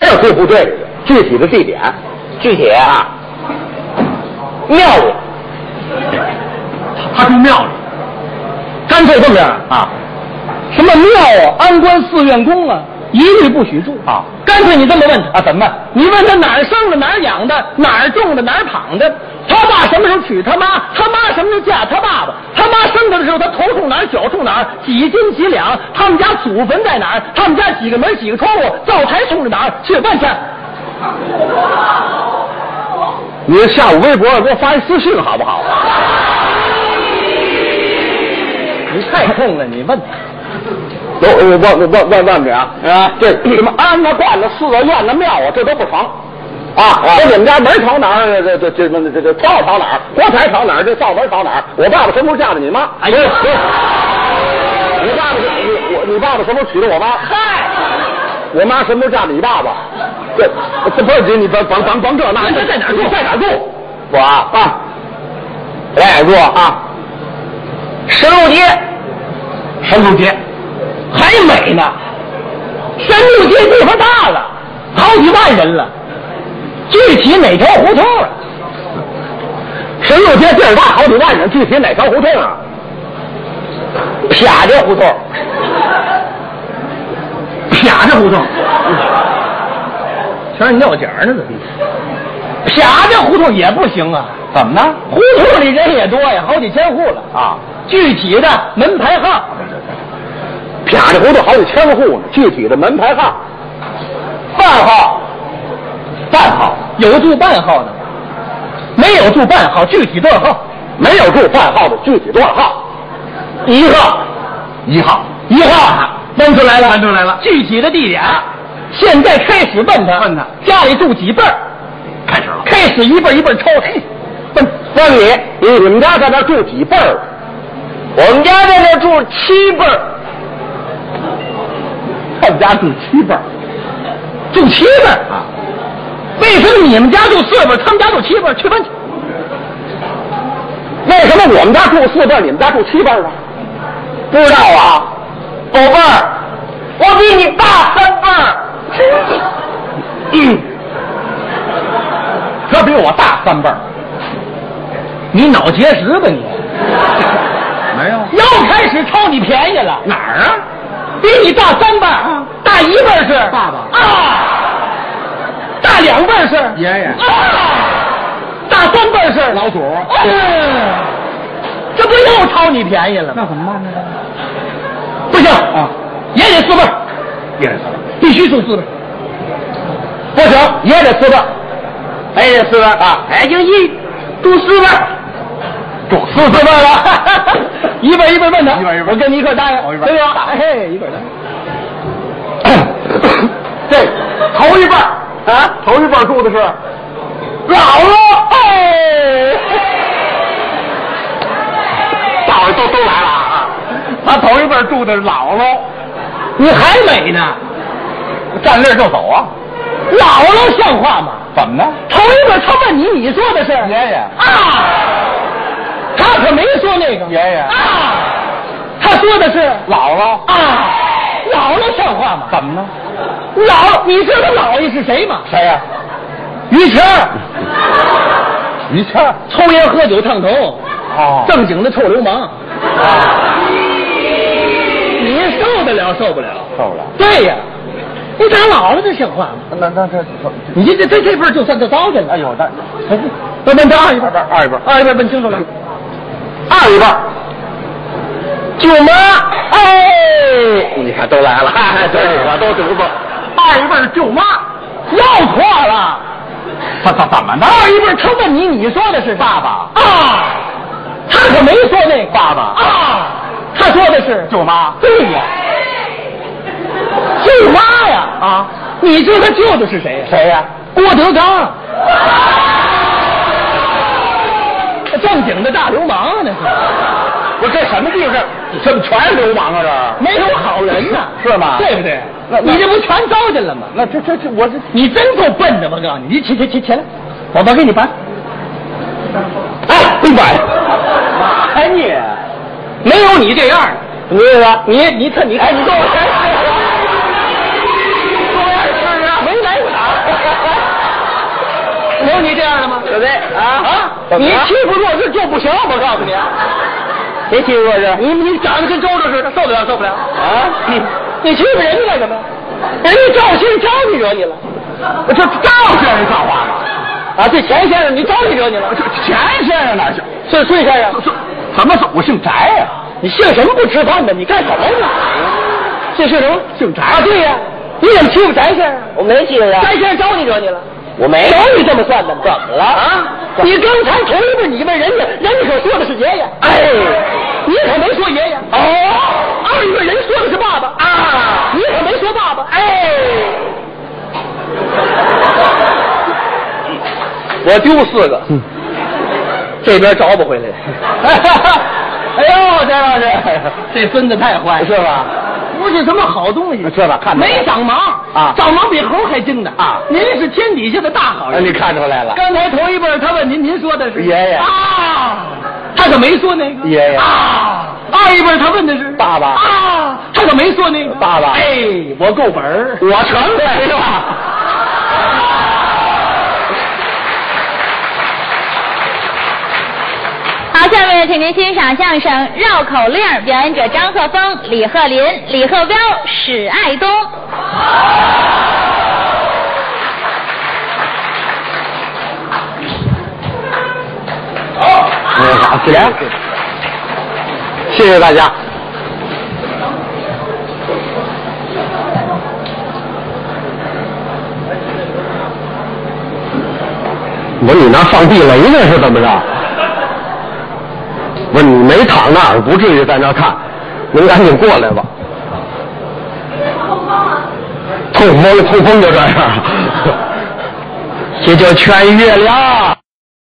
儿对不对？具体的地点具体啊，庙里他住庙里干脆这么样，啊什么庙啊、安官、寺院、宫啊，一律不许住啊！干脆你这么问他啊，怎么办？你问他哪儿生的，哪儿养的，哪儿种的，哪儿躺的，他爸什么时候娶他妈，他妈什么时候嫁他爸爸，他妈生他的时候他头冲哪儿，脚冲哪儿，几斤几两，他们家祖坟在哪儿，他们家几个门几个窗户，灶台冲着哪儿，去问去。你下午微博给我发一私信好不好？哎你太空了，你问他。我我我我我问你啊啊，这什么安的、观的、寺的、院的、庙啊，这都不成啊！说你们家门朝哪儿？这这这这这这窗户朝哪儿？锅台朝哪儿？这灶门朝哪儿？我爸爸什么时候嫁的你妈？哎呀，你爸爸是你我你爸爸什么时候娶的我妈？嗨，我妈什么时候嫁的你爸爸？这这不是你你甭甭甭甭这那，你在哪住？啊在哪住？我啊啊，来住啊，神鹿街神鹿街还美呢，神鹿街地方大了，好几万人了，具体哪条胡同啊？神鹿街地儿大，好几万人，具体哪条胡同啊？撇着胡同，撇着胡同，全是尿井呢，怎么？撇这胡同也不行啊，怎么呢？胡同里人也多呀，好几千户了啊，具体的门牌号，撇着胡同好几千户呢，具体的门牌号，饭号半号有住半号的吗，没有住半号，具体多少号？没有住半号的，具体多少号？一号，一号，一号，问出来了，搬出来了具体的地点，现在开始问他，问他家里住几辈儿，开始了。开始一辈儿一辈儿抽，问问你，你你们家在那儿住几辈儿？我们家在那住七辈儿，他们家住七辈儿住七辈儿啊？为什么你们家住四辈儿，他们家住七辈儿？去问去。为什么我们家住四辈儿，你们家住七辈儿啊？不知道啊，宝贝儿，我比你大三辈儿。嗯，这比我大三辈儿。你脑结石吧你？ 没有又开始抄你便宜了。哪儿啊？比你大三辈儿，大一辈儿是爸爸啊，大两辈儿是爷爷啊，大三辈儿是老祖嗯，这不又抄你便宜了吗？怎么办呢？不行啊，也得四辈儿，也是必须住四辈儿，不行，也得四辈儿，哎，这四辈啊，哎，就一住四辈儿。住住四辈儿了， 一辈儿一辈儿问他，一辈儿一辈儿我跟你一块儿答应，哦一辈儿对吧？哎，一块儿答应。 这头一辈儿啊头一辈儿住的是老了，哎，道上都都来了啊！他头一辈儿住的是姥姥，你还美呢，站那儿就走啊？姥姥像话吗？怎么呢？头一本他问你，你说的是爷爷啊，他可没说那个爷爷啊，他说的是姥姥啊，姥姥像话吗？怎么呢？老，你知道姥爷是谁吗？谁呀、于谦儿，于谦儿。抽烟喝酒烫头，哦正经的臭流氓，你受得了受不了？受不了。对呀，你打姥姥这像话吗？那那这，你这这这这辈儿就算就糟践了。哎呦，那哎，问问这二一辈儿，二一辈儿二一辈儿问清楚了。二一辈儿，舅妈，哎，你看都来了，对我都读 过。二一辈儿舅妈，绕错了。怎怎怎么呢？二一辈儿他问你，你说的是爸爸啊，他可没说那个爸爸啊，他说的是舅妈对呀，舅妈呀啊，你知道他舅舅是谁呀？谁呀、郭德纲，正经的大流氓啊，那是不是这什么地方？这么全是流氓啊？这没有好人呐，是吗对不对？啊那那你这不全糟践了吗？那这这这我这你真够笨的，我告诉你，你起起起起来，我我给你搬。哎，不管，哎你，没有你这样的，你这个你你看你看你够我钱吃啊，中央吃啊，没来打。对不对？啊啊你欺负弱智就不行，我告诉你。谁欺负弱智？你你长得跟周周似的，受得了受不了啊？你欺负人家干什么？人家赵先生招你惹你了这赵先生造化了，啊？这钱先生，你招你惹你了这？钱先生哪行？是税先生，怎么说？我姓翟呀、你姓什么不吃饭呢？你干什么呢？这姓什么？姓翟啊？对呀、你怎么欺负翟先生？我没欺负他。翟先生招你惹你了？我没有。你这么算的？怎么了啊？你刚才头一步你问人家，人家可说的是爷爷。哎，你可没说爷爷。哦，二一个人说的是爸爸啊，你可没说爸爸。哎，我丢四个，这边找不回来。哎呦，翟老师，这孙子太坏，是吧？不是什么好东西，是吧看出来了没长毛啊长毛比猴还精的啊！您是天底下的大好哎人。你看出来了，刚才头一辈儿他问您，您说的是爷爷啊，他可没说那个爷爷啊。二一辈儿他问的是爸爸啊，他可没说那个爸爸哎，我够本儿，我全会是吧？好，下面请您欣赏相声《绕口令》，表演者张鹤峰、李鹤林、李鹤彪、史爱东。 嗯，好，谢谢，谢谢大家。我说你那放地雷呢是怎么着？不是你没躺那儿，不至于在那儿看，您赶紧过来吧。 痛风，痛风就这样，这就全月亮。